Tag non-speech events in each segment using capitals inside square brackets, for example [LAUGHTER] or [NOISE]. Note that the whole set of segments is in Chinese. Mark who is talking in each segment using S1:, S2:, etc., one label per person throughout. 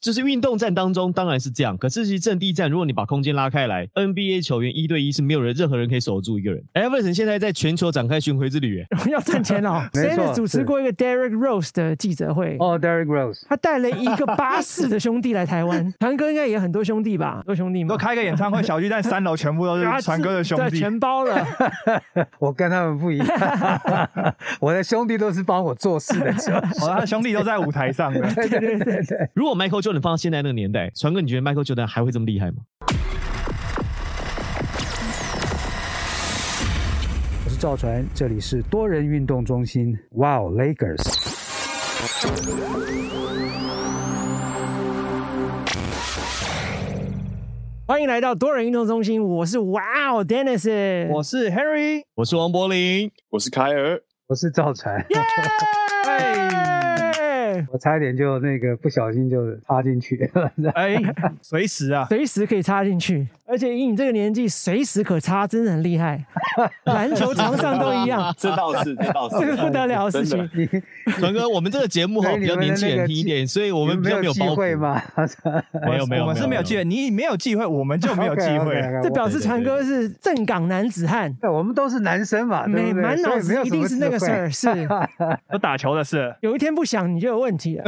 S1: 就是运动战当中当然是这样，可是其实阵地战，如果你把空间拉开来，NBA 球员一对一是没有人任何人可以守住一个人。Everson 现在在全球展开巡回之旅，
S2: 荣耀赚钱了。
S3: [LAUGHS] 没错
S2: Sanders 主持过一个 Derek Rose 的记者会，
S3: 哦，Derrick Rose，
S2: 他带了一个巴士的兄弟来台
S3: [LAUGHS]
S2: 湾。强哥应该也很多兄弟吧？很多兄弟
S4: 你
S2: 嘛
S4: 都，开个演唱会，小巨蛋三楼全部都是
S2: 啊
S4: 传哥的兄
S2: 对
S4: 弟，
S2: 全包
S3: [LAUGHS]
S2: 了。
S3: 我跟他们不 [LAUGHS] 一样，我的兄弟都是帮我做事的球。
S4: 哦，他兄弟都在舞台上的。
S3: [LAUGHS] 对对对对对，
S1: 如果 Michael Jordan 放到现在那个年代，传哥，你觉得 Michael Jordan 还会这么厉害吗？
S3: 我是赵传，这里是多人运动中心。Wow Lakers，
S2: 欢迎来到多人运动中心，我是 Wow Dennis，
S4: 我是 Harry，
S1: 我是王柏林，
S5: 我是凯尔，，
S3: 我是赵传，
S2: 耶！
S3: 我差一点就那个不小心就插进去。
S4: 哎，随时啊，
S2: 随时可以插进去，而且以你这个年纪，随时可插，真的很厉
S3: [LAUGHS]
S2: 害。篮球场上都一样
S5: 这倒是，这倒是，
S2: [LAUGHS] 这个不得了的事
S5: 真
S2: 情
S5: 的。
S3: [LAUGHS] 你
S1: 传哥，我们这个节目哈
S3: 所以
S1: 比
S3: 你
S1: 较
S3: 们的
S1: 年轻
S3: 那
S1: 人
S3: 个
S1: 听一
S3: 机
S1: 点，所以我
S3: 你
S1: 们比较没
S3: 没有
S1: 有
S3: 机
S1: 包
S3: 会
S1: 袱。
S3: 吗？
S1: 没有没有，
S4: 我们是没有
S1: 机
S4: 机
S1: 会。
S4: 会，你没有机会，我们就没有机会。
S3: [LAUGHS] OK，OK，OK，
S2: 这
S3: 我
S2: 表示
S1: 对对
S2: 传哥
S1: 对
S2: 是正港男子汉，
S3: 对，我们都是男生嘛，对
S2: 每
S3: 不对？
S2: 满脑
S3: 所以没
S2: 子
S3: 有
S2: 一
S3: 什
S2: 定
S3: 么
S2: 是那个
S3: 智
S2: 事
S3: 慧
S2: 儿，是
S4: 有打球的事，
S2: 有一天不想你就有问题了。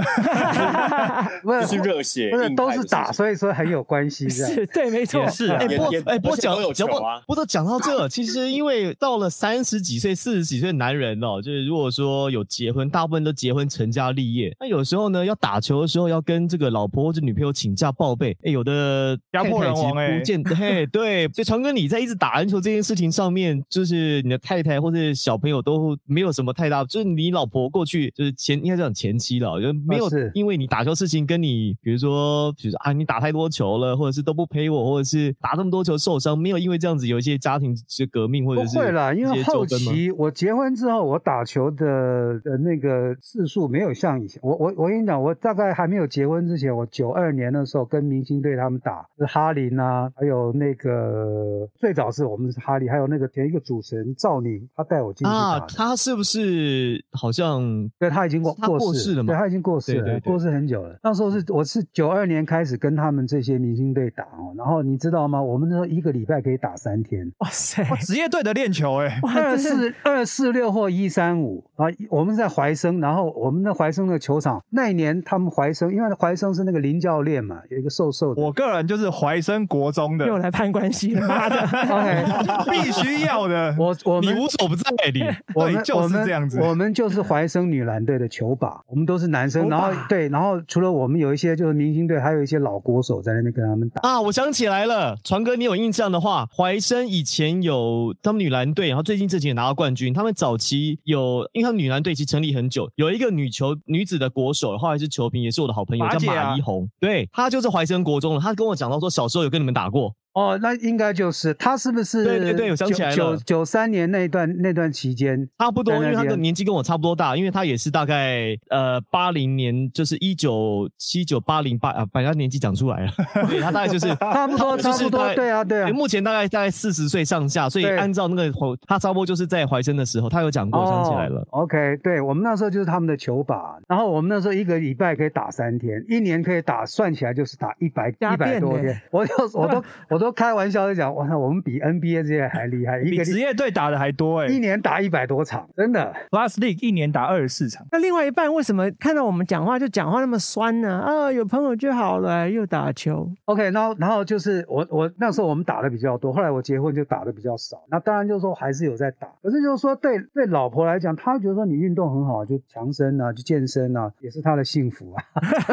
S3: 不
S5: 就是是热血，
S3: 不是
S5: 硬派
S3: 都
S5: 的
S3: 是
S5: 事
S3: 打，
S5: 情
S3: 所以说很有关系这样。
S2: 是对，没错
S4: 也，是啊
S1: 哎，
S5: 也
S1: 不
S5: 也
S1: 过，哎，不过
S5: 而且
S1: 讲
S5: 都有
S1: 讲
S5: 球
S1: 不
S5: 啊，
S1: 不过讲到这，其实因为到了三十几岁、四十几岁的男人哦，就是如果说有结婚，大部分都结婚成家立业。那有时候呢，要打球的时候要跟这个老婆或者女朋友请假报备。哎，有的
S4: 家破
S1: 太太
S4: 人
S1: 其实
S4: 亡哎
S1: 不见 [LAUGHS] 得嘿，对。所以长哥，你在一直打篮球这件事情上面，就是你的太太或者小朋友都没有什么太大，就是你老婆过去就是前应该讲前妻了，就没有
S4: 哦
S3: 是
S1: 因为你打球事情跟你，比如说，比如说啊，你打太多球了，或者是都不陪我，或者是打这么多球受伤，没有因为这样子有一些家庭是革命或者
S3: 不
S1: 是
S3: 会啦，因
S1: 一
S3: 为
S1: 些纠
S3: 后
S1: 纷吗
S3: 期我结婚之后，我打球的呃那个次数没有像以前。我我我跟你讲，我大概还没有结婚之前，我九二年的时候跟明星队他们打，是哈林啊，还有那个最早是我们是哈林，还有那个前一个主持人赵宁，他带我进去
S1: 啊，
S3: 打的。
S1: 他是不是好像
S3: 对他已经过
S1: 他过世
S3: 世
S1: 了嘛
S3: 对他已经过世了，
S1: 对对对
S3: 过世很久了。那时候是我是九二年开始跟他们这些明星队打哦，然后你知道吗？我们那时候一个礼拜可以打三天，
S2: 哇塞，
S4: 哇，职业队的练球，哎，
S2: [LAUGHS] 哇，
S3: [LAUGHS] 二
S2: 真是
S3: 四二四六或一三五啊，我们在怀生，然后我们的怀生的球场那一年他们怀生，因为怀生是那个林教练嘛，有一个瘦瘦的。
S4: 我个人就是怀生国中的
S2: 又，来攀关系了，妈 [LAUGHS]
S1: [LAUGHS]
S2: 的！
S3: OK，
S4: [LAUGHS] 必须要的。
S3: 我我
S1: 你
S3: 们
S1: 无所不在你？
S3: 我
S4: 对
S3: 们
S4: 就是这样子
S3: 我们我们就是怀生女篮队的球靶，我们都是男生，
S2: 球靶
S3: 然后对，然后除了我们有一些就是明星队，还有一些老国手在那边跟他们打。
S1: 啊，我想起来了，传哥，你有印象的话，怀生以前有他们女篮队，然后最近这几年拿到冠军。他们早期有，因为他们女篮队其实成立很久，有一个女球女子的国手，后来是球评，也是我的好朋友，
S4: 马
S1: 叫
S4: 姐啊
S1: 马怡红，对，她就是怀生国中的。她跟我讲到说，小时候有跟你们打过，
S3: 哦，那应该就是他是不是？
S1: 对对对我想起来了
S3: 九九三年那一段那段期间，
S1: 差不多，
S3: 在
S1: 因
S3: 那
S1: 为他的
S3: 边
S1: 年纪跟我差不多大，因为他也是大概呃八零年，就是一九七九八零八啊，把他年纪讲出来了， [LAUGHS] 对他大概就是
S3: 差不多
S1: 啊就
S3: 差
S1: 是
S3: 不
S1: 大
S3: 多，
S1: 概
S3: 对啊 [LAUGHS] 对啊
S1: 欸。目前大概大概四十岁上下，所以
S3: 对
S1: 按照那个怀他差不多就是在怀生的时候，他有讲过，我想起来了
S3: 哦。OK，对我们那时候就是他们的球靶，然后我们那时候一个礼拜可以打三天，一年可以打，算起来就是打一百
S2: 加
S3: 一百多
S2: 遍呢
S3: 天。我就我都我都开玩笑在讲，哇，我们比 NBA 这些还厉害，一
S4: 比
S3: 个
S4: 职
S3: 礼
S4: 业队打的还多哎
S3: 一年打一百多场，真的。
S4: ，Plus League 一年打二十四场，
S2: 那另外一半为什么看到我们讲话就讲话那么酸呢？啊，有朋友就好了，又打球，
S3: OK，然后然后就是我我那时候我们打的比较多，后来我结婚就打的比较少。那当然就是说还是有在打，可是就是说对对老婆来讲，她觉得说你运动很好，就强身啊，就健身啊，也是她的幸福啊。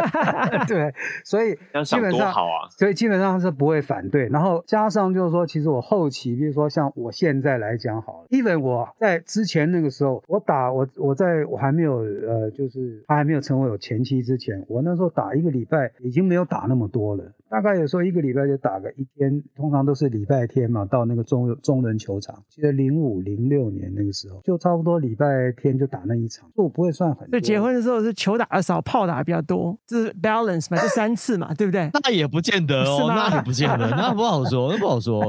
S3: [LAUGHS] 对，所以
S5: 这样
S3: 基
S5: 想
S3: 本
S5: 多
S3: 上
S5: 好啊！
S3: 所以基本上是不会反对。然后加上就是说，其实我后期，比如说像我现在来讲好了，even 我在之前那个时候，我打我我在我还没有呃，就是他还没有成为我前妻之前，我那时候打一个礼拜已经没有打那么多了，大概有时候一个礼拜就打个一天，通常都是礼拜天嘛，到那个中中仑球场，记得零五零六年那个时候，就差不多礼拜天就打那一场，我不会算很多。
S2: 所以结婚的时候是球打的少，炮打的比较多，这是 balance 嘛，就三次嘛，对不对？
S1: 那也不见得哦
S2: 是，吗
S1: 那也不见得，那不好说，那不好说。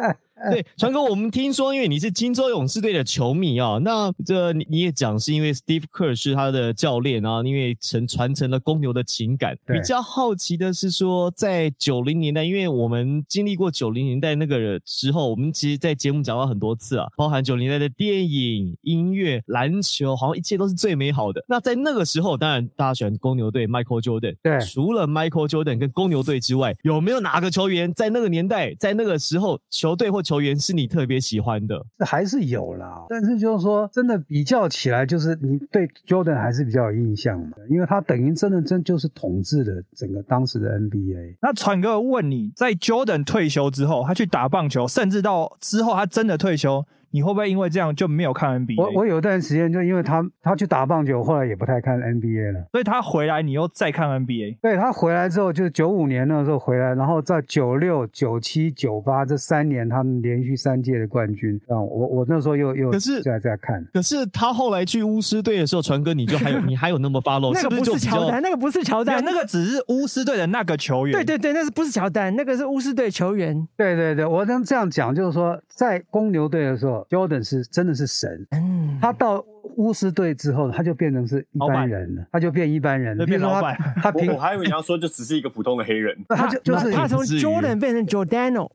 S1: 嗯对，传哥，我们听说，因为你是金州勇士队的球迷啊、那这你你也讲是因为 Steve Kerr 是他的教练啊，因为承传承了公牛的情感。
S3: 对
S1: 比较好奇的是说，在九零年代，因为我们经历过九零年代那个时候，我们其实在节目讲到很多次啊，包含九零年代的电影、音乐、篮球，好像一切都是最美好的。那在那个时候，当然大家喜欢公牛队 Michael Jordan，
S3: 对
S1: 除了 Michael Jordan 跟公牛队之外，有没有哪个球员在那个年代，在那个时候，球队或球员是你特别喜欢的？
S3: 这还是有啦，但是就是说，真的比较起来，就是你对 Jordan 还是比较有印象嘛，因为他等于真的真就是统治了整个当时的 NBA。
S4: 那传哥问你，在 Jordan 退休之后，他去打棒球，甚至到之后他真的退休，你会不会因为这样就没有看 NBA？
S3: 我我有段时间就因为他他去打棒球，后来也不太看 NBA 了。
S4: 所以他回来，你又再看 NBA，
S3: 对他回来之后，就是九五年那时候回来，然后在九六、九七、九八这三年，他们连续三届的冠军。啊，我我那时候又又
S1: 可是
S3: 在在看，
S1: 可是他后来去巫师队的时候，传哥你就还有你还有那
S3: [LAUGHS]
S1: 么 follow，
S2: 那
S1: 是
S2: 个
S1: 不是
S2: 不
S1: 就是比
S2: 乔
S1: 较 [LAUGHS]
S2: 丹，那个不是乔
S4: 没有
S2: 丹，
S4: 那个只是巫师队的那个球员。
S2: 对对对，那是不是乔丹？那个是巫师队球员，
S3: 对对对，我能这样讲，就是说，在公牛队的时候，Jordan 是真的是神。
S2: 嗯，
S3: 他到巫师队之后，他就变成是一
S1: 老板
S3: 般人了，他就变一般人了。
S4: 就变
S3: 比如说
S4: 老板
S3: 他，他
S5: 我
S3: 平
S5: 我还以为你要说就只是一个普通的黑人 [LAUGHS]
S3: 他就就
S2: 他
S3: 是
S2: 他从
S1: 不至于
S2: Jordan 变成 Jordano，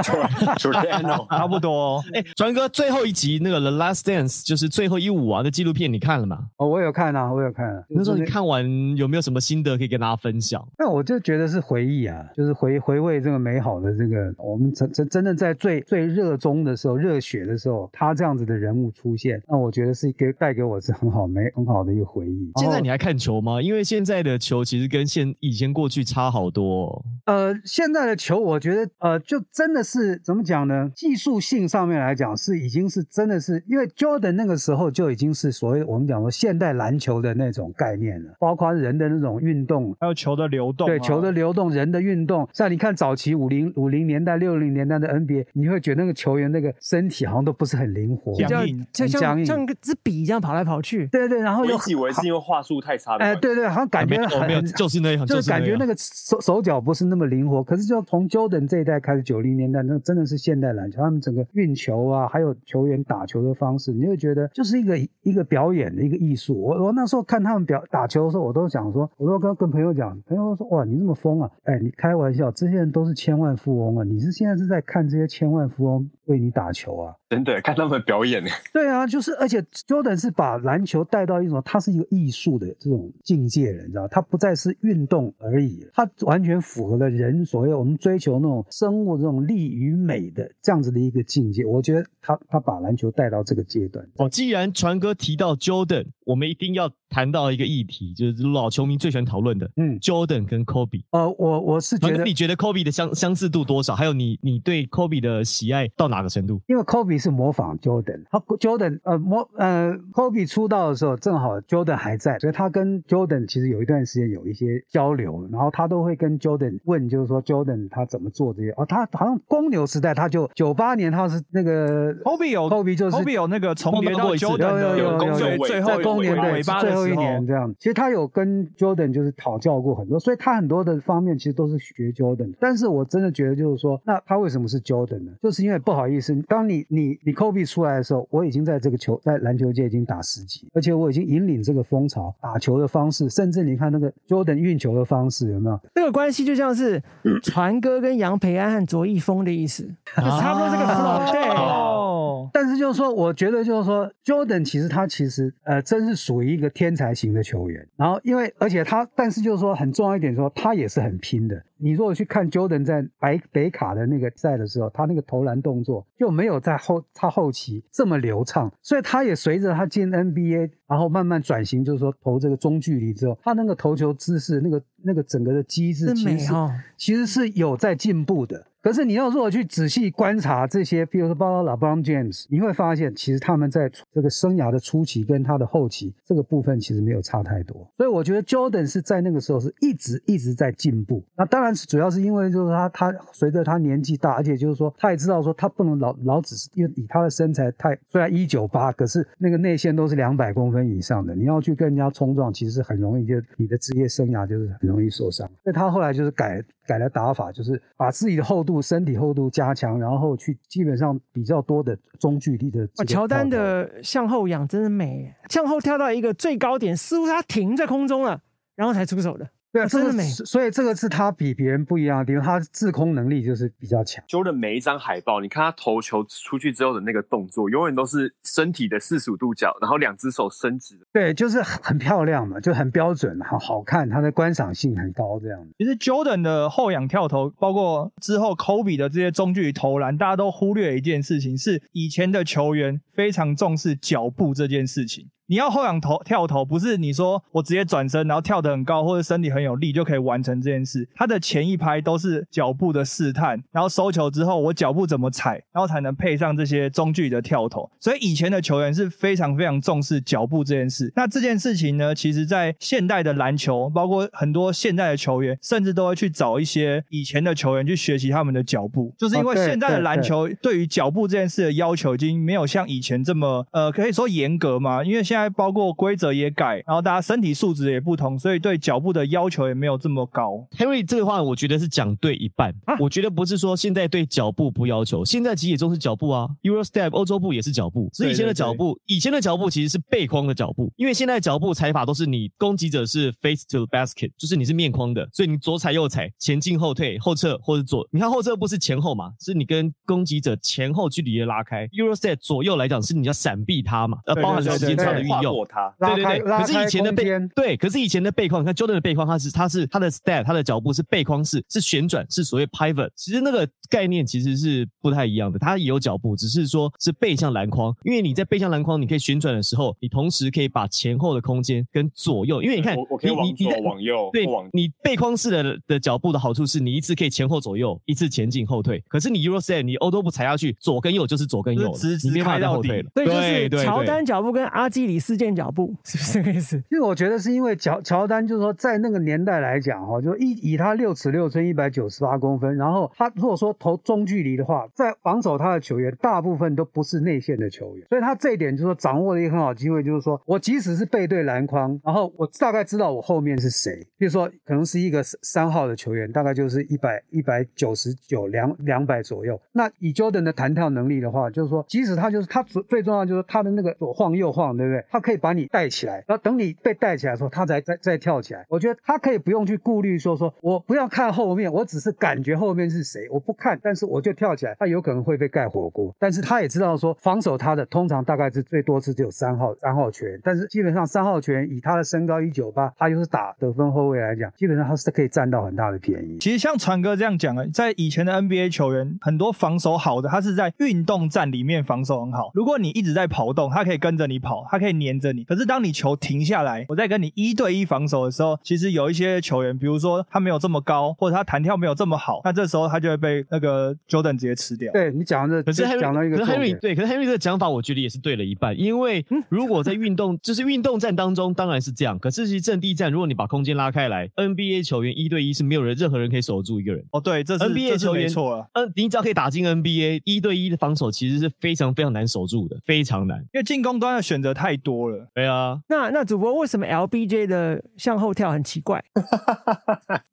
S3: [LAUGHS]
S5: ，Jordano，
S4: 差不多、哦。
S1: 哎，传哥最后一集那个《The Last Dance》就是最后一舞啊的纪录片，你看了吗？
S3: 哦，我有看啊，我有看啊。
S1: 那时候你
S3: 就是，
S1: 看完有没有什么心得可以跟大家分享？
S3: 那我就觉得是回忆啊，就是回回味这个美好的这个，我们真真真的在最最热衷的时候、热血的时候，他这样子的人物出现，那我觉得是给带给我是很好美很好的一个回忆。
S1: 现
S3: 然
S1: 在
S3: 后
S1: 你还看球吗？因为现在的球其实跟现以前过去差好多哦、
S3: 呃，现在的球，我觉得呃，就真的是怎么讲呢？技术性上面来讲，是已经是真的是，因为 Jordan 那个时候就已经是所谓我们讲说现代篮球的那种概念了，包括人的那种运动。
S4: 还有球的流动啊、
S3: 对球的流动、人的运动，像你看早期五零五零年代、六零年代的 NBA，你会觉得那个球员那个身体好像都不是很灵活，
S4: 比较
S2: 叫
S4: 僵硬
S2: 就
S3: 很僵
S2: 像
S3: 硬
S2: 像个支笔这样跑来跑去。
S3: 对对，然后
S5: 我
S3: 又
S5: 一直以为是因为话术太差的
S3: 哎、
S5: 关系，
S3: 对对，好像感觉
S1: 啊没有
S3: 很
S1: 没有，就是那样，
S3: 就是感觉那
S1: 个
S3: 个手手脚不是那么灵活。可是就从 Jordan 这一代开始，九零年代那真的是现代篮球，他们整个运球啊，还有球员打球的方式，你会觉得就是一个一个表演的一个艺术。我我那时候看他们表打球的时候，我都想说，我都跟跟朋友讲，朋友都说哇，你这么疯啊！哎，你开玩笑，这些人都是千万富翁啊，你是现在是在看这些千万富翁为你打球啊？
S5: 真的看他们表演，
S3: 对啊，就是而且 Jordan 是把篮球带到一种，他是一个艺术的这种境界了，你知道，他不再是运动而已，他完全符合了人所谓我们追求那种生物这种力与美的这样子的一个境界。我觉得他他把篮球带到这个阶段，
S1: 哦。既然传哥提到 Jordan，我们一定要谈到一个议题，就是老球迷最喜欢讨论的
S3: 嗯，
S1: Jordan 跟 Kobe。
S3: 呃，我我是觉
S1: 传
S3: 得
S1: 哥，你觉得 Kobe 的相相似度多少？还有你你对 Kobe 的喜爱到哪个程度？
S3: 因为 Kobe 是模仿 Jordan，他 Jordan 呃模呃 Kobe 出道的时候正好 Jordan 还在，所以他跟 Jordan 其实有一段时间有一些交流，然后他都会跟 Jordan 问，就是说 Jordan 他怎么做这些哦，他好像公牛时代他就九八年他是那个
S4: Kobe 有
S3: Kobe 就是
S4: Kobe 有那个重叠
S1: 碰到
S4: 到
S1: 过一次
S4: Jordan
S3: 有有
S4: 的
S3: 有有
S4: 最
S5: 有
S4: 最
S5: 有
S4: 后
S3: 在公
S5: 一
S3: 牛
S5: 年
S3: 队
S4: 尾巴
S3: 最
S4: 的
S3: 后一
S4: 时候，
S3: 年这样，其实他有跟 Jordan 就是讨教过很多，所以他很多的方面其实都是学 Jordan。但是我真的觉得就是说，那他为什么是 Jordan 呢？就是因为不好意思，当你你你 Kobe 出来的时候，我已经在这个球在篮球界已经打十级，而且我已经引领这个风潮，打球的方式，甚至你看那个 Jordan 运球的方式有没有？
S2: 这个关系就像是
S6: 嗯
S2: 传哥跟杨培安和卓一峰的意思，就
S3: 啊
S2: 差不多这个 flow。对，
S4: 哦，
S3: 但是就是说，我觉得就是说，Jordan 其实他其实呃，真是属于一个天才型的球员。然后因为而且他，但是就是说很重要一点说，他也是很拼的。你如果去看 Jordan 在白北卡的那个赛的时候，他那个投篮动作就没有在后他后期这么流畅，所以他也随着他进 NBA，然后慢慢转型，就是说投这个中距离之后，他那个投球姿势，那个那个整个的机制
S2: 真
S3: 其实
S2: 美
S3: 是
S2: 哦。
S3: 其实是有在进步的。可是你要如果去仔细观察这些，比如说包括 LeBron James，你会发现其实他们在这个生涯的初期跟他的后期这个部分其实没有差太多。所以我觉得 Jordan 是在那个时候是一直一直在进步。那当然是主要是因为就是他他随着他年纪大，而且就是说他也知道说他不能老老只是因为以他的身材太虽然一九八，可是那个内线都是两百公分以上的，你要去跟人家冲撞，其实很容易就你的职业生涯就是很容易受伤。所以他后来就是改改了打法，就是把自己的厚度、身体厚度加强，然后去基本上比较多的中距离的
S2: 哇，哦
S3: 这个
S2: 乔丹
S3: 跳投
S2: 的向后仰真的美耶，向后跳到一个最高点，似乎他停在空中了，然后才出手的。
S3: 对
S2: 哦
S3: 啊，这
S2: 真的
S3: 个
S2: 美
S3: 是所以这个是他比别人不一样的地方，他制空能力就是比较强。
S5: Jordan 每一张海报，你看他投球出去之后的那个动作，永远都是身体的四十五度角，然后两只手伸直。
S3: 对，就是很很漂亮嘛，就很标准，好好看，它的观赏性很高，这样子。
S4: 其实 Jordan 的后仰跳投，包括之后 Kobe 的这些中距离投篮，大家都忽略一件事情，是以前的球员非常重视脚步这件事情。你要后仰投跳投，不是你说我直接转身，然后跳得很高或者身体很有力就可以完成这件事。他的前一拍都是脚步的试探，然后收球之后我脚步怎么踩，然后才能配上这些中距离的跳投。所以以前的球员是非常非常重视脚步这件事。那这件事情呢，其实在现代的篮球，包括很多现代的球员，甚至都会去找一些以前的球员去学习他们的脚步，就是因为
S3: 哦对
S4: 现在的
S3: 对
S4: 篮
S3: 对
S4: 球。球对于脚步这件事的要求已经没有像以前这么呃，可以说严格嘛，因为现在包括规则也改，然后大家身体素质也不同，所以对脚步的要求也没有这么高。
S1: Henry 这个话，我觉得是讲对一半。
S4: 啊
S1: 我觉得不是说现在对脚步不要求，现在其实也重视脚步啊。Eurostep 欧洲步也是脚步，只是以前的脚步，以前的脚步其实是背框的脚步，因为现在的脚步踩法都是你攻击者是 face to the basket，就是你是面框的，所以你左踩右踩，前进后退，后撤或者左。你看后撤步是前后嘛，是你跟攻击者前后距离的拉开。Eurostep 左右来讲是你要闪避他嘛，呃，
S4: 对
S1: 包含
S4: 对
S1: 了
S4: 对
S1: 时间差的
S3: 对
S1: 运
S5: 跨
S1: 用
S5: 过。他，
S3: 拉
S1: 对
S3: 开
S1: 对对，
S3: 拉
S1: 可是
S3: 开
S1: 以前的
S3: 空
S1: 背
S3: 间，
S1: 对，可是以前的背框，你看 Jordan 的背框，它是它是它的 step，它的脚步是背框式，是旋转，是所谓 pivot。其实那个概念其实是不太一样的，它也有脚步，只是说是背向篮筐，因为你在背向篮筐，你可以旋转的时候，你同时可以把前后的空间跟左右，因为你看
S5: 我我可以
S1: 你
S5: 往
S1: 你你
S5: 左
S1: 在、
S5: 往右，
S1: 对
S5: 或往
S1: 你背框式的的脚步的好处是你一次可以前后左右，一次前进后退。可是你 Euro set 你欧都不踩下去，左跟右就是左跟右了，
S4: 就是直
S1: 你没办法
S4: 直开
S1: 再
S4: 到
S1: 后退
S4: 底
S1: 了。
S2: 所以就
S1: 对
S2: 是
S1: 对
S2: 乔
S1: 对
S2: 丹脚步跟阿基里斯腱脚步， [LAUGHS] 是不是这个意思？
S3: 因为我觉得是因为乔乔丹，就是说在那个年代来讲哈、哦，就一以他六尺六寸一百九十八公分，然后他如果说投中距离的话，在防守他的球员大部分都不是内线的球员，所以他这一点就是说掌握了一个很好机会，就是说我即使是背对篮筐，然后我大概知道我后面是谁，比如说可能是一个三号的球员，大概就是一百一百九十九两两百左右。那以 Jordan 的弹跳能力的话，就是说即使他就是他最最重要就是他的那个左晃右晃，对不对？他可以把你带起来，然后等你被带起来的时候，他才再再跳起来。我觉得他可以不用去顾虑说说我不要看后面，我只是感觉后面是谁，我不看，但是我就跳起来，他有可能会被盖火锅。但是他也知道说防守他的通常大概是最多是只有三号三号球员，但是基本上三号球员以他的身高一九八，他又是打得分后卫来讲，基本上他是可以占到很大的便宜。
S4: 其实像传哥这样讲的，在以前的 NBA 球员，很多防守好的，他是在运动战里面防守很好。如果你一直在跑动，他可以跟着你跑，他可以黏着你。可是当你球停下来，我在跟你一对一防守的时候，其实有一些球员，比如说他没有这么高，或者他弹跳没有这么好，那这时候他就会被那个 Jordan 直接吃掉。
S3: 对你讲的，
S1: 可是 Henry
S3: 讲到一个
S1: 可
S3: 重
S1: 是 Henry
S3: 点。嗯
S1: 对，可是 Henry 这个讲法，我觉得也是对了一半，因为如果在运动，就是运动战当中，当然是这样。可是其实阵地战，如果你把空间拉开来，NBA 球员一对一是没有人任何人可以守住一个人。
S4: 哦，对，这是
S1: NBA
S4: 这是
S1: 球
S4: 没
S1: 员
S4: 错
S5: 啊
S4: 了。
S1: 嗯，你只要可以打进 NBA 一对一的防守，其实是非常非常难守住的，非常难。
S4: 因为进攻端的选择太多了。
S1: 对啊
S2: 那那主播为什么 LBJ 的向后跳很奇怪？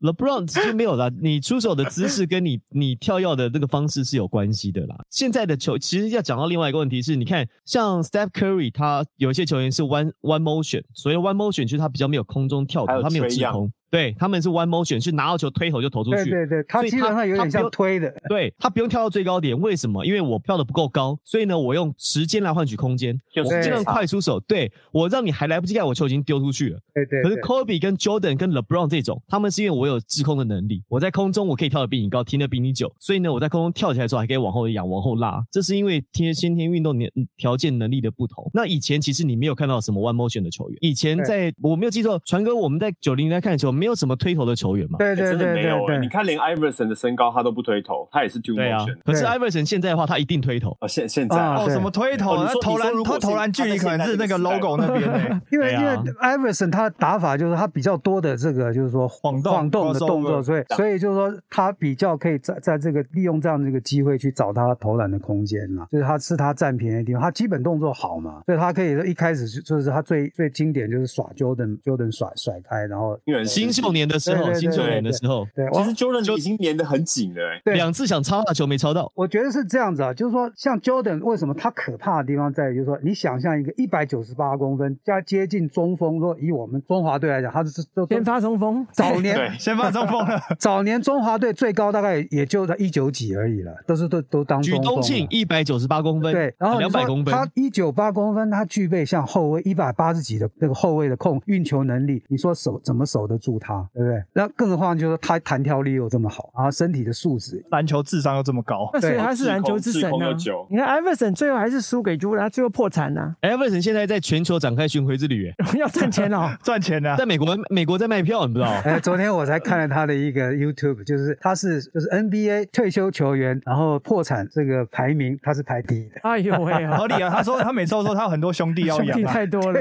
S1: ，LeBron 就没有啦， [LAUGHS] 你出手的姿势跟你你跳跃的那个方式是有关系的啦。现在的球其实要讲到另外一个问题是，你看像 Steph Curry，他有一些球员是 one one motion，所谓 one motion 就是他比较没有空中跳
S5: 还
S1: 投，
S5: 有
S1: 他没有
S5: Trae
S1: 滞
S5: Young
S1: 空，对他们是 one motion，是拿到球推头就投出去。
S3: 对对对，他
S1: 所以
S3: 基本上有
S1: 他
S3: 点
S1: 不
S3: 像
S1: 用
S3: 推的，
S1: 对他不用跳到最高点，为什么？因为我跳的不够高，所以呢，我用时间来换取空间，
S5: 就是
S1: 我
S3: 对
S1: 尽量快出手，对我让你还来不及盖，我球已经丢出去了。
S3: 对对。
S1: 可是
S3: 对
S1: Kobe 跟 Jordan 跟 LeBron 这种，他们是因为我有制空的能力，我在空中我可以跳得比你高，停得比你久，所以呢，我在空中跳起来之后还可以往后仰、往后拉，这是因为天先天运动年条件能力的不同。那以前其实你没有看到什么 one motion 的球员，以前
S3: 对
S1: 在我没有记错，传哥我们在九零年代看的时候，没有什么推头的球员嘛。
S3: 对
S5: 欸
S3: 对
S5: 真的
S3: 对
S5: 没有
S3: 对
S5: 哎、你
S3: 对，
S5: 看连 Iverson 的身高他都不推头，他也是 two
S1: 对啊
S5: motion。，
S1: 可是
S3: 对
S1: Iverson 现在的话，他一定推头。
S5: 哦，现现在
S3: 啊
S5: 啊
S4: 哦，
S3: 对
S4: 什么推投？
S5: 哦你
S4: 那
S5: 说
S4: 投
S5: 你说
S4: 篮
S5: 如
S4: 他
S5: 果
S4: 投篮
S5: 是
S4: 距离可能是那
S5: 他在现在这个
S4: 个
S5: 时代
S4: logo 那
S5: [LAUGHS]
S4: 边呢。
S3: 因
S5: 哎
S3: 为
S1: 对
S3: 因为
S1: 啊
S3: Iverson 他的打法就是他比较多的这个就是说
S4: 晃动
S3: 的动
S4: crossover
S3: 作，所以所以就是说他比较可以在在这个利用这样的一个机会去找他投篮的空间嘛，就是他是他占便宜的地方，他基本动作好嘛，所以他可以一开始就就是他最最经典就是耍 Jordan Jordan 甩甩开，然后
S5: 因为很
S1: 新新秀年的时候，
S3: 对对对
S1: 新秀年的时候，
S3: 对，
S6: 其
S3: 我
S6: 实 Jordan 已经粘得很紧了、
S5: 哎
S6: 欸，
S3: 对
S1: 两次想抄大球没抄到，
S3: 我觉得是这样子啊，就是说，像 Jordan 为什么他可怕的地方在于，就是说，你想象一个一百九十八公分加接近中锋，如果以我们中华队来讲，他是都
S2: 先发冲锋，
S3: 早
S6: 对
S3: 年
S4: 先放中锋了，
S3: 早年中华队最高大概也就在一九几而已了，都是都都当
S1: 举
S3: 中锋
S1: 东
S3: 了
S1: 庆一百九十八公分，
S3: 对，然后
S1: 两
S3: 你
S1: 百
S3: 说
S1: 公分，
S3: 他一九八公分，他具备像后卫一百八十几的那个后卫的控运球能力，你说守怎么守得住他，对不对？那更何况就是说他弹跳力又这么好，然后身体的素质，
S4: 篮球智商又这么高，
S2: 那所以
S3: 对？
S2: 他是
S6: 制
S2: 篮球
S6: 空
S2: 之
S6: 制
S2: 神
S6: 空
S2: 啊
S6: 的球！
S2: 你看艾弗森最后还是输给朱拉，最后破产了、
S1: Everton 现在在全球展开巡回之旅，哎
S2: [LAUGHS] 要赚钱哦了、
S4: 赚钱呢、
S1: [LAUGHS]
S4: 啊
S1: 在。美国美国在卖票，你不知道
S3: [LAUGHS] 哎，昨天我才看了他的一个 YouTube，就是他是就是 NBA 退休球员，然后破产这个排名他是排第一的。 [LAUGHS]
S2: 哎呦喂啊，
S4: 合理啊，他说他每周说他有很多兄弟要
S2: 兄
S4: 养
S2: 弟
S4: 啊，
S2: 太多了，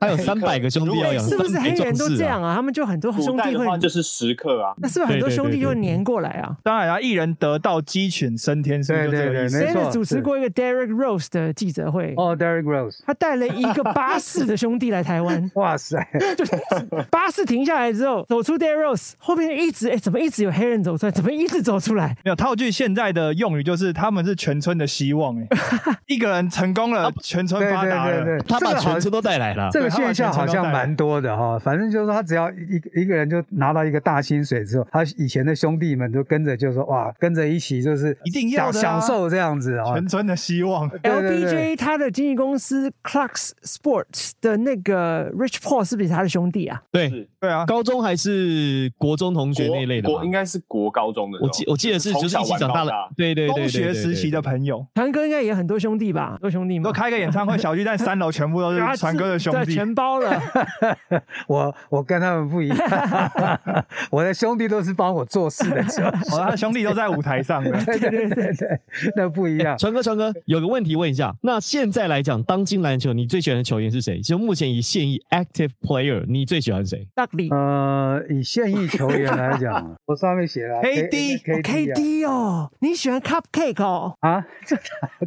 S1: 他有三百个兄弟要养，
S2: 是不是
S1: 300
S2: 黑人
S1: 壮
S2: 都
S1: 士啊
S2: 这样啊？他们就很多兄
S6: 古代
S2: 弟
S6: 的
S2: 会，
S6: 话就是时刻啊，
S2: 那是不是很多
S1: 对对对
S2: 兄弟就会
S1: 对对
S2: 粘过来啊？
S4: 当然啊，一人得道鸡犬升天，是不是就
S3: 对
S4: 这个
S3: 对
S4: 意思？
S3: 对没错
S2: Sanders 主持
S3: 是
S2: 过一个 Derek Rose 的记者会，
S3: 哦，Derrick Rose，
S2: 他带了一个巴士的兄弟来台湾，
S3: [LAUGHS] 哇塞，
S2: 就是巴士停下来之后，走出 Derek Rose，后面一直哎、怎么一直有黑人走出来？怎么一直走出来？
S4: 没有套句现在的用语就是他们是全村的希望哎、一个人成功了，全村
S3: 对
S4: 发达了。
S3: 对对对，
S1: 他把
S3: 这个好
S1: 全村都带来了。
S3: 这个
S4: 啊对他把
S3: 现象
S4: 全
S3: 好
S4: 程都
S3: 像
S4: 带来
S3: 蛮多的哈、反正就是说，他只要一一个人就拿到一个大薪水之后，他以前的兄弟们都跟着，就说哇，跟着一起就是
S4: 一定要的啊
S3: 享享受这样子啊、
S4: 全村的希望，
S3: 对对
S2: LBJ
S3: 对
S2: 他的经纪公司 Clarks Sports 的那个 Rich Paul 是不是他的兄弟啊？
S1: 对，
S6: 是
S4: 对啊，
S1: 高中还是国中同学那一类的吧
S6: 国国应该是国高中的时候，
S1: 我记我记得是就是一起长大
S6: 从小玩到
S1: 了
S6: 大，
S1: 对对对，
S4: 中学时期的
S1: 朋
S4: 朋友，
S2: 团哥应该也很多兄弟吧？很多兄弟
S4: 你
S2: 吗
S4: 都？开个演唱会，小巨蛋三楼全部都
S2: 啊
S4: 是传哥的兄
S2: 对
S4: 弟，
S2: 全包了。
S3: 我我跟他们不一
S4: [LAUGHS]
S3: 样，我的兄弟都是帮我做事的，
S4: [LAUGHS] 哦，他的兄弟都在舞台上的。
S3: [LAUGHS] 对对对对对，那不一样。
S1: 传哥，传哥，有个问题问一下，那现在来讲，当今篮球你最喜欢的球员是谁？就目前以现役 active player，你最喜欢谁？
S2: 大理
S3: 呃，以现役球员来 [LAUGHS] 讲，啊我上面写了
S4: KD
S3: K
S2: K
S3: D
S2: D 哦，你喜欢 Cupcake 哦？
S3: [LAUGHS] 啊，
S4: 啊，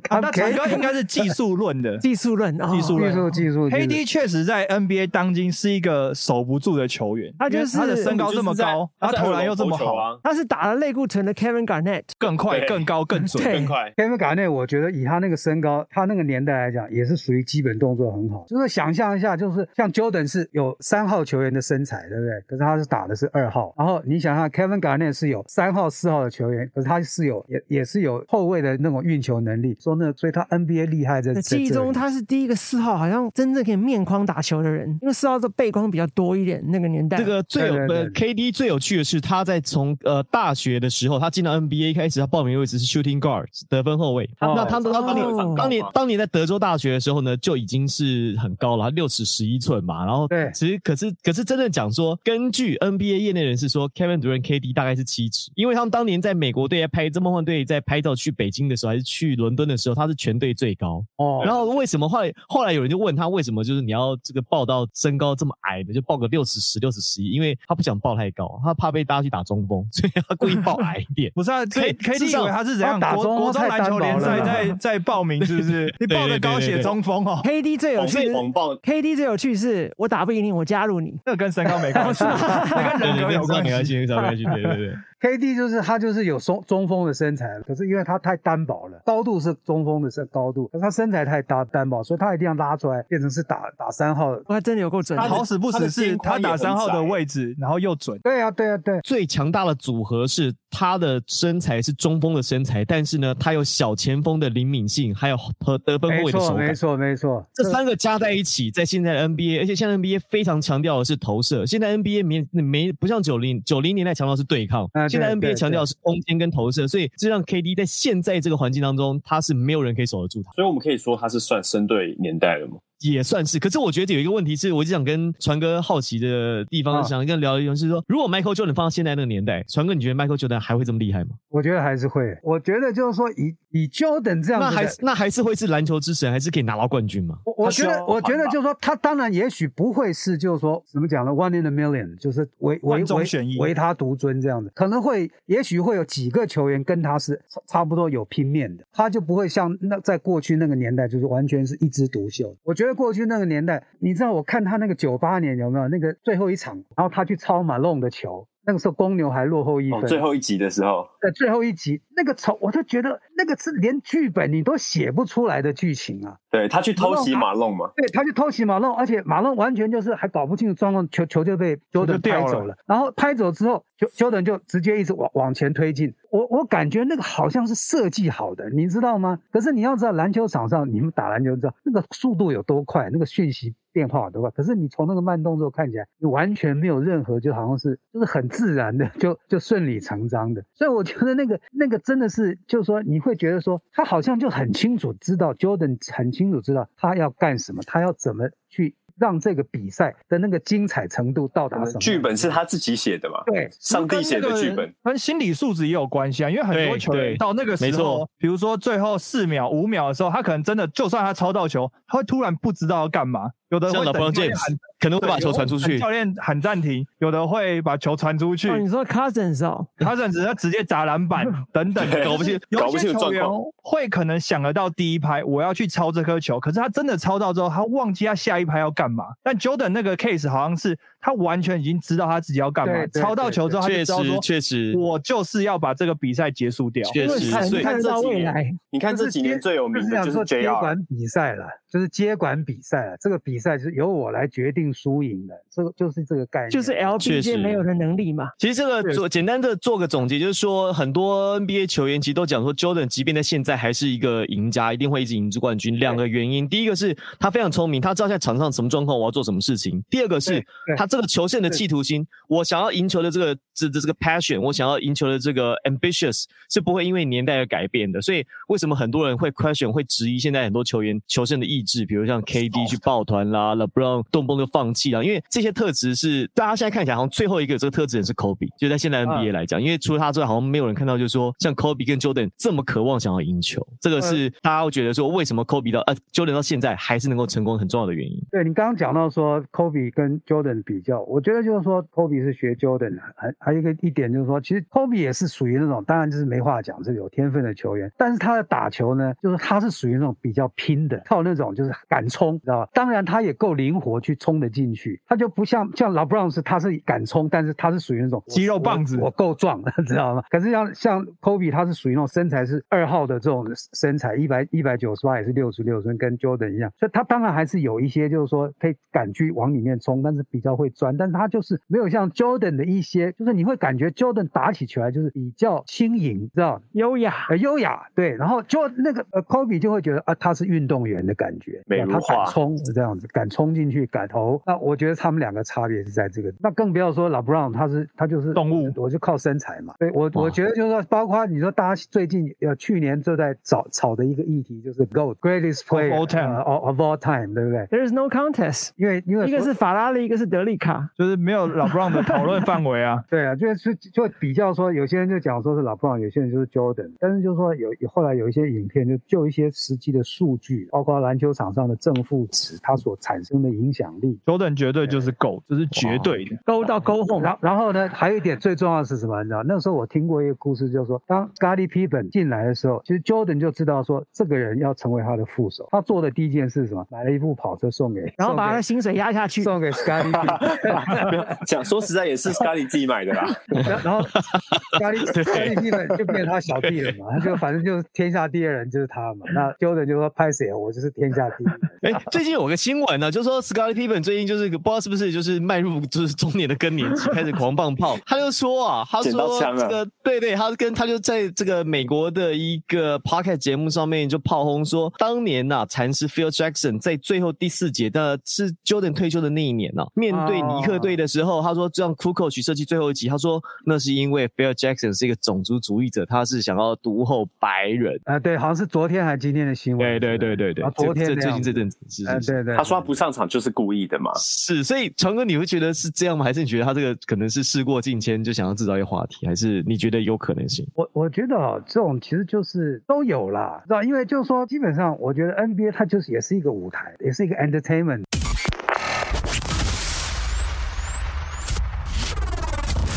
S3: 看
S4: 那传哥应该是技术论的。
S2: 技术论啊，
S4: 技术
S3: 技
S4: 论
S3: 术技术技术
S4: KD 确实在 NBA 当今是一个守不住的球员，
S2: 他就是
S4: 因为他的身高这么高，
S6: 他
S1: 啊
S4: 他
S6: 在
S4: 投篮又这么
S6: 二楼投球
S4: 好，
S6: 啊，
S2: 他是打了类固醇的 Kevin Garnett，
S4: 更快、
S6: 对
S4: 更高、更准。。
S2: 对
S6: 更快。
S3: Kevin g a r n e 我觉得以他那个身高，他那个年代来讲，也是属于基本动作很好。就是想象一下，就是像 Jordan 是有三号球员的身材，对不对？可是他是打的是二号。然后你想想 Kevin g a r n e 是有三号、四号的球员，可是他是有也也是有后卫的那种运球能力。说那所以他 NBA 厉害在
S2: 那
S3: 在
S2: 记忆
S3: 这
S2: 中
S3: 里
S2: 他是第一个四号，好像真正可以面框打球的人，因为四号的背框比较多一点，那个年代。
S1: 这个最有
S3: 对对
S1: 呃 KD 最有趣的是，他在从呃大学的时候，他进到 NBA 开始，他报名的位置是 shooting guard 得分后卫。
S3: 哦
S1: 那他他当年
S2: 哦
S1: 当年当年在德州大学的时候呢，就已经是很高了，六尺十一寸嘛。然后
S3: 对
S1: 其实可是可是真正讲说，根据 NBA 业内人士说，Kevin Durant KD 大概是七尺，因为他们当年在美国队在拍这梦幻队在拍照去北京的时候，还是去伦敦的时候，他是全队最高。
S3: 哦，
S1: 然后为什么后来后来有人就问他为什么就是你要这个报到身高这么矮的，就报个六尺十、六尺十一，因为他不想报太高，他怕被大家去打中锋，所以他故意报矮一点
S4: 不是啊，所以
S1: K-
S4: KD 以为他是怎样？
S3: 他打
S4: 国
S3: 中
S4: 国中
S3: 太
S4: 篮
S3: 单薄
S4: 球联赛
S3: 了
S4: 在 [LAUGHS] 在报名是不是？你报的高
S1: 对对对
S4: 写
S1: 对
S4: 中锋哦，
S2: K D 最有
S6: 猛
S2: 趣
S6: 被猛爆
S2: ，K D 最有趣是我打不赢你，我加入你。
S4: 那跟身高没关系，哦那跟
S1: 对
S4: 人
S1: 对
S4: 格
S1: 对，
S4: 有
S1: 没关系，没
S4: 关
S1: 关系，
S4: 系。
S1: 没关系，对对对。
S3: KD 就是他就是有中中锋的身材，可是因为他太单薄了，高度是中锋的身高度，可是他身材太单单薄，所以他一定要拉出来变成是打打三号。
S2: 哇，真的有够准的。哦
S6: 他的
S4: 好死不死是他打三号的位置，然后又准。
S3: 对呀、对呀、啊对、
S1: 最强大的组合是他的身材是中锋的身材，但是呢，他有小前锋的灵敏性，还有和得分后
S3: 没
S1: 卫的手
S3: 错，
S1: 感
S3: 没。错，没错。
S1: 这三个加在一起，在现在的 NBA，而且现在 NBA 非常强调的是投射。现在 NBA 没没不像九零九零年代强调的是对抗，
S3: 啊对
S1: 现在 NBA
S3: 对
S1: 强调的是空间跟投射，所以这让 KD 在现在这个环境当中，他是没有人可以守得住他，
S6: 所以我们可以说他是算生对年代了吗？
S1: 也算是。可是我觉得有一个问题是，我就想跟传哥好奇的地方，
S3: 啊
S1: 想跟聊一聊，是说如果 Michael Jordan 放到现在那个年代，传哥你觉得 Michael Jordan 还会这么厉害吗？
S3: 我觉得还是会，我觉得就是说以以 Jordan 这样
S1: 那
S3: 子
S1: 还
S3: 的
S1: 是，那还是会是篮球之神，还是可以拿到冠军吗？
S3: 我我
S6: 他
S3: 觉
S6: 需
S3: 得
S6: 要
S3: 我觉
S6: 环
S3: 得
S6: 保
S3: 就是说他当然也许不会是就是说怎么讲呢，one in a million，就是唯唯
S4: 万中
S3: 唯
S4: 选一
S3: 唯他独尊这样子，可能会也许会有几个球员跟他是差差不多有拼面的，他就不会像那在过去那个年代就是完全是一枝独秀。我觉得为过去那个年代，你知道我看他那个九八年有没有那个最后一场，然后他去抄马龙的球，那个时候公牛还落后一分，
S6: 哦，最后一集的时候，
S3: 呃最后一集那个从我就觉得那个是连剧本你都写不出来的剧情啊。
S6: 对他去偷袭马龙嘛，
S3: 对，他去偷袭马龙，而且马龙完全就是还搞不清楚状况，球球就被
S4: 球就
S3: Jordan
S4: 掉
S3: 拍
S4: 了
S3: 走了。然后拍走之后，球 Jordan 就直接一直往往前推进。我我感觉那个好像是设计好的，你知道吗？可是你要知道，篮球场上你们打篮球知道那个速度有多快，那个讯息变化有多快。可是你从那个慢动作看起来，你完全没有任何，就好像是就是很自然的， [LAUGHS] 就就顺理成章的。所以我觉得那个那个真的是，就是说你会觉得说他好像就很清楚知道 Jordan 很清楚知道他要干什么，他要怎么去让这个比赛的那个精彩程度到达什么。
S6: 剧本是他自己写的嘛，
S3: 对
S6: 上帝写的剧本，，
S4: 跟心理素质也有关系啊。因为很多
S1: 对
S4: 球员
S1: 对
S4: 到那个时
S1: 没
S4: 候
S1: 错，
S4: 比如说最后四秒、五秒的时候，他可能真的就算他抄到球，他会突然不知道要干嘛。有的
S1: 像
S4: 会等
S1: LeBron
S4: 教练
S1: James
S4: 喊
S1: 可能会
S4: 对
S1: 把球传出
S4: 有的会等
S1: 去
S4: 教。练喊暂停，有的会把球传出去，
S2: 哦，你说 Cousins 哦， [LAUGHS]
S4: 他甚至他直接砸篮板等等，
S6: 对
S4: 搞不清有
S6: 搞
S4: 一
S6: 不
S4: 些
S6: 清楚
S4: 球员
S6: 状况
S4: 会可能想得到第一拍我要去抄这颗球，可是他真的抄到之后，他忘记他下一拍要干嘛。但 Jordan 那个 case 好像是他完全已经知道他自己要干嘛，
S3: 对对
S4: 抄到球之后他就
S1: 确
S4: 知道
S1: 实
S4: 说，
S1: 确实
S4: 我就是要把这个比赛结束掉。
S1: 确实，
S2: 看
S1: 所以
S2: 看得到未来，
S6: 你看这几年最有名的
S3: 就
S6: 就是
S3: 讲
S6: 是
S3: 说接
S6: JR，
S3: 管比赛了，就是接管比赛了。这个比赛是由我来决定输赢的，这个就是这个概念。
S2: 就是 LBJ 没有的能力嘛。
S1: 其实这个做简单的做个总结，就是说很多 NBA 球员其实都讲说，Jordan 即便在现在还是一个赢家，一定会一直赢出冠军。两个原因，第一个是他非常聪明，他知道现在场上什么状况，我要做什么事情；第二个是
S3: 对对
S1: 他这个球线的企图心，我想要赢球的这个这这这个 passion，我想要赢球的这个 ambitious 是不会因为年代而改变的。所以为什么很多人会 question 会质疑现在很多球员求胜的意志，比如像 KD 去抱团啦，LeBron 动不动就放弃啦，因为这些特质是大家现在看起来好像最后一个有这个特质的人是 Kobe，就在现在
S3: 啊
S1: NBA 来讲，因为除了他之外，好像没有人看到就是说像 Kobe 跟 Jordan 这么渴望想要赢球，这个是大家会觉得说为什么 Kobe 到呃 Jordan 到现在还是能够成功很重要的原因。
S3: 对你刚刚讲到说，Kobe 跟 Jordan 比较，我觉得就是说，Kobe 是学 Jordan，的还还有一个一点就是说，其实 Kobe 也是属于那种，当然就是没话讲，是有天分的球员，但是他的打球呢，就是他是属于那种比较拼的，靠那种就是敢冲，知道吧？当然他也够灵活去冲得进去，他就不像像 LeBron 是他是敢冲，但是他是属于那种
S4: 肌肉棒子
S3: 我我够壮， [LAUGHS] 知道吗？可是像像 Kobe，他是属于那种身材是二号的这种身材，一百一百九十八也是六十六分，跟 Jordan 一样，所以他当然还是有一些就是说可以敢去往里面冲，但是比较会钻，但是他就是没有像 Jordan 的一些，就是你会感觉 Jordan 打起球来就是比较轻盈，知道吗？
S2: 优雅，
S3: 呃，优雅，对，然后就那个呃，Kobe 就会觉得啊，他是运动员的感觉，
S6: 美
S3: 啊
S6: 如
S3: 他
S6: 画
S3: 敢冲是这样子，敢冲进去，敢投。那我觉得他们两个差别是在这个，那更不要说 LeBron，他是他就是
S4: 动物
S3: 我就靠身材嘛。对我，我
S1: 哇
S3: 觉得就是说，包括你说大家最近呃去年就在吵吵的一个议题就是 Go greatest player
S4: all time
S3: 呃 of of all time，对不对？
S2: There is no contest，
S3: 因为因为
S2: 一个
S3: 说，
S2: 是法拉利，一个是德利卡。
S4: 就是没有老 Brown 的讨论范围啊
S3: 对啊，就是就比较说，有些人就讲说是老布朗，有些人就是 Jordan，但是就是说有有后来有一些影片就就一些实际的数据，包括篮球场上的正负值，它所产生的影响力。
S4: ，Jordan 绝对就是狗，这是绝对的。
S2: 勾到勾缝，
S3: 然然后呢，还有一点最重要的是什么？你知道，那时候我听过一个故事，就是说，当 Scottie Pippen 进来的时候，其实 Jordan 就知道说这个人要成为他的副手。他做的第一件事是什么？买了一部跑车送给，
S2: 然后把他
S3: 送
S2: 的
S3: 给
S2: 薪水压下去。
S3: 送给
S2: [LAUGHS]
S3: Scottie Pippen。
S6: 没有讲说实在也是 Scully 自己买
S3: [LAUGHS]
S6: 的啦，
S3: 然然后
S1: [LAUGHS]
S3: 加利加利基本就变他小弟了嘛，他就反正就是天下第一人就是他嘛。那 Jordan 就说拍谁，啊我就是天下第一
S1: [LAUGHS]
S3: 人。 [LAUGHS]
S1: 哎、最近有个新闻呢、就说 Scottie Pippen 最近就是不知道是不是就是迈入就是中年的更年期，开始狂放炮。他就说啊，他
S6: 捡到
S1: 说
S6: 枪了
S1: 这个对对，他跟他就在这个美国的一个 podcast 节目上面就炮轰说，当年呐、禅师 Phil Jackson 在最后第四节的是 Jordan 退休的那一年呐、面对尼克队的时候，他说让 k u k o 去设计最后一集，他说那是因为 Phil Jackson 是一个种族主义者，他是想要独后白人。
S3: 啊、对，好像是昨天还今天的新
S1: 对
S3: 闻。
S1: 对对对对
S3: 啊，昨天
S1: 这这
S3: 那
S1: 最
S3: 样
S1: 近
S3: 子
S1: 这阵子是是
S3: 嗯、
S1: 是
S3: 对对，
S6: 他说他不上场就是故意的嘛，
S1: 是，所以强哥，你会觉得是这样吗？还是你觉得他这个可能是事过境迁，就想要制造一个话题，还是你觉得有可能性？
S3: 我我觉得啊，这种其实就是都有啦，知道？因为就是说，基本上我觉得 NBA 它就是也是一个舞台，也是一个 entertainment。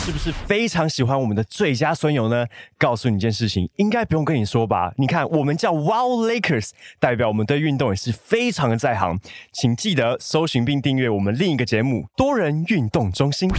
S6: 是不是非常喜欢我们的最佳损友呢？告诉你一件事情，应该不用跟你说吧？你看，我们叫 Wow Lakers，代表我们对运动也是非常的在行。请记得搜寻并订阅我们另一个节目《多人运动中心》。